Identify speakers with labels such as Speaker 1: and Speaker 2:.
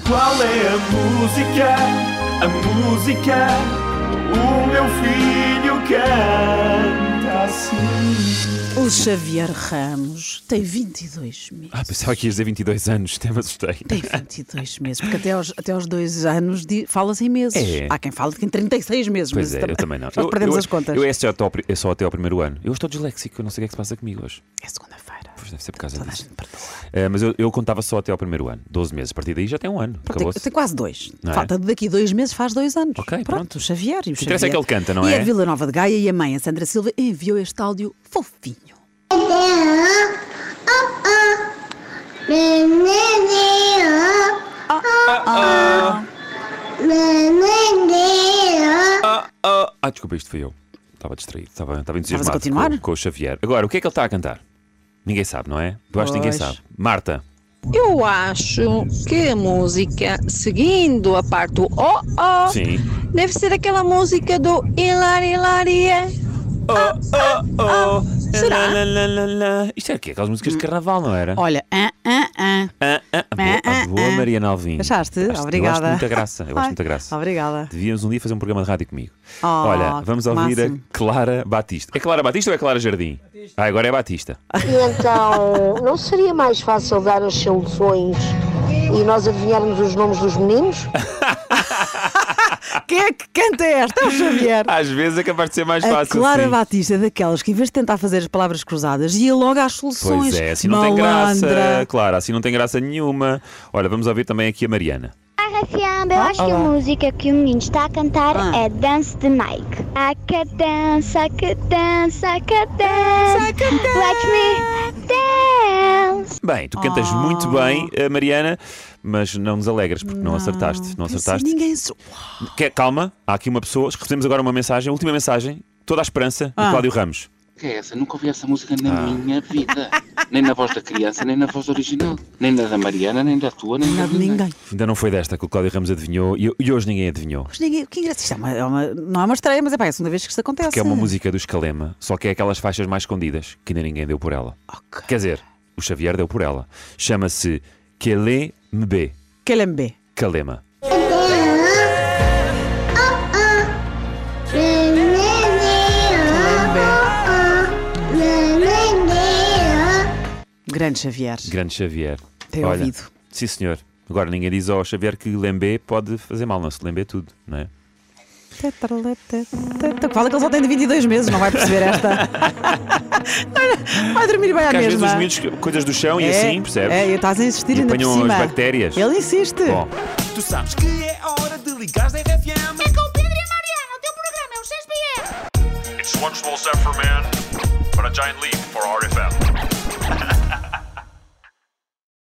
Speaker 1: Qual é a música? A música? O meu filho canta assim.
Speaker 2: O Xavier Ramos tem 22 meses.
Speaker 3: Ah, pensava que ias dizer 22 anos, até me assustei.
Speaker 2: Tem 22 meses, porque até aos, até aos dois anos di- fala-se em meses.
Speaker 3: É.
Speaker 2: Há quem fale em 36 meses,
Speaker 3: Pois
Speaker 2: mas
Speaker 3: é,
Speaker 2: tam-
Speaker 3: eu também não.
Speaker 2: Nós
Speaker 3: Eu-
Speaker 2: perdemos
Speaker 3: eu-
Speaker 2: as contas.
Speaker 3: Eu é só, até ao, pri- é só até ao primeiro ano. Eu estou disléxico, eu não sei o que é que se passa comigo hoje.
Speaker 2: É segunda-feira.
Speaker 3: Pois deve ser por causa
Speaker 2: Toda a
Speaker 3: disso.
Speaker 2: gente perdoa.
Speaker 3: Eh, mas eu, eu contava só até ao primeiro ano, 12 meses. A partir daí já tem um ano.
Speaker 2: Tem,
Speaker 3: Acabou-se.
Speaker 2: tem quase dois.
Speaker 3: Não é?
Speaker 2: Falta daqui dois meses, faz dois anos.
Speaker 3: Ok, pronto.
Speaker 2: o Xavier. E o,
Speaker 3: que interessa
Speaker 2: Xavier.
Speaker 3: é que ele canta, não
Speaker 2: e
Speaker 3: é?
Speaker 2: é de Vila Nova de Gaia e a mãe, a Sandra Silva, enviou este áudio fofinho.
Speaker 3: Ah, ah, ah, desculpa, isto foi eu. Estava distraído, estava, estava entusiasmado
Speaker 2: continuar?
Speaker 3: Com, com o Xavier. Agora, o que é que ele está a cantar? Ninguém sabe, não é? Tu acho que ninguém
Speaker 2: Pois.
Speaker 3: sabe. Marta,
Speaker 4: Eu acho que a música, seguindo a parte do oh, oh
Speaker 3: sim.
Speaker 4: deve ser aquela música do é. Hilari Hilaria.
Speaker 3: Oh,
Speaker 4: Ah,
Speaker 3: oh, oh.
Speaker 2: Será?
Speaker 3: La, la, la, la, la. Isto era o quê? Aquelas músicas de carnaval, não era?
Speaker 2: Ah. Olha, ah, ah, ah.
Speaker 3: Ah, ah, ah, boa, ah,
Speaker 2: ah,
Speaker 3: boa
Speaker 2: ah.
Speaker 3: Mariana Alvim.
Speaker 2: Achaste?
Speaker 3: Eu acho
Speaker 2: Obrigada.
Speaker 3: muita graça. Eu acho
Speaker 2: Ai,
Speaker 3: muita graça.
Speaker 2: Ah, Obrigada.
Speaker 3: Devíamos um dia fazer um programa de rádio comigo.
Speaker 2: Oh,
Speaker 3: Olha, vamos
Speaker 2: que
Speaker 3: ouvir
Speaker 2: máximo.
Speaker 3: a Clara Batista. É Clara Batista ou é Clara Jardim? Ah, agora é Batista.
Speaker 5: E então, não seria mais fácil dar as soluções e nós adivinharmos os nomes dos meninos?
Speaker 3: Ah.
Speaker 2: Quem é que canta esta? É o Xavier.
Speaker 3: Às vezes é capaz de ser mais
Speaker 2: A
Speaker 3: fácil.
Speaker 2: Clara
Speaker 3: sim.
Speaker 2: Batista é daquelas que, em vez de tentar fazer as palavras cruzadas, ia logo às soluções.
Speaker 3: Pois é, assim não tem graça, Clara, assim não tem graça nenhuma. Olha, vamos ouvir também aqui a Mariana.
Speaker 6: Fiamba, eu acho que a música que o menino está a cantar
Speaker 2: Ah.
Speaker 6: é Dance de Nike. Ah, que dança, que dança, que dança. Let me dance.
Speaker 3: Bem, tu cantas
Speaker 2: Oh.
Speaker 3: muito bem, eh, Mariana, mas não nos alegras porque não, acertaste. Não
Speaker 2: Pensei,
Speaker 3: acertaste.
Speaker 2: Ninguém se-
Speaker 3: Que- calma, há aqui uma pessoa. Recebemos agora uma mensagem, última mensagem, toda a esperança, do
Speaker 2: Ah.
Speaker 3: Cláudio Ramos.
Speaker 7: que é essa? Nunca ouvi essa música na
Speaker 3: Ah.
Speaker 7: minha vida. Nem na voz da criança, nem na voz original. Nem na da Mariana, nem da tua, nem da
Speaker 2: Não,
Speaker 7: minha.
Speaker 2: ninguém.
Speaker 3: Ainda não foi desta que o Cláudio Ramos adivinhou e, e hoje ninguém adivinhou.
Speaker 2: Mas ninguém. Que engraçado. Isto é uma, é uma- não é uma estreia, mas é, pá, é a segunda vez que isto acontece.
Speaker 3: Que é uma música do Escalema, só que é aquelas faixas mais escondidas que ainda ninguém deu por ela.
Speaker 2: Ok.
Speaker 3: Quer dizer, o Xavier deu por ela. Chama-se Kele Mbe,
Speaker 2: Quelembé.
Speaker 3: Calema.
Speaker 6: Ah,
Speaker 2: Grande Xavier.
Speaker 3: Grande Xavier.
Speaker 2: Tem
Speaker 3: Olha,
Speaker 2: ouvido.
Speaker 3: Sim, senhor. Agora ninguém diz ao Xavier que Lembé pode fazer mal, não se Lembé tudo, não é?
Speaker 2: Tetaraleteteteta. Então, Fala que ele só tem de 22 meses, não vai perceber esta. Olha, vai dormir bem à
Speaker 3: Porque às vezes
Speaker 2: mesma.
Speaker 3: os miúdos, que- coisas do chão e assim, percebes?
Speaker 2: É, e estás a insistir
Speaker 3: E
Speaker 2: ainda por
Speaker 3: apanham
Speaker 2: cima.
Speaker 3: as bactérias.
Speaker 2: Ele insiste.
Speaker 3: Bom,
Speaker 1: Tu sabes que é hora de ligar da RFM.
Speaker 8: É com o Pedro e a Mariana, o teu programa é o 6
Speaker 9: It's one small step for man, but a giant leap for RFM.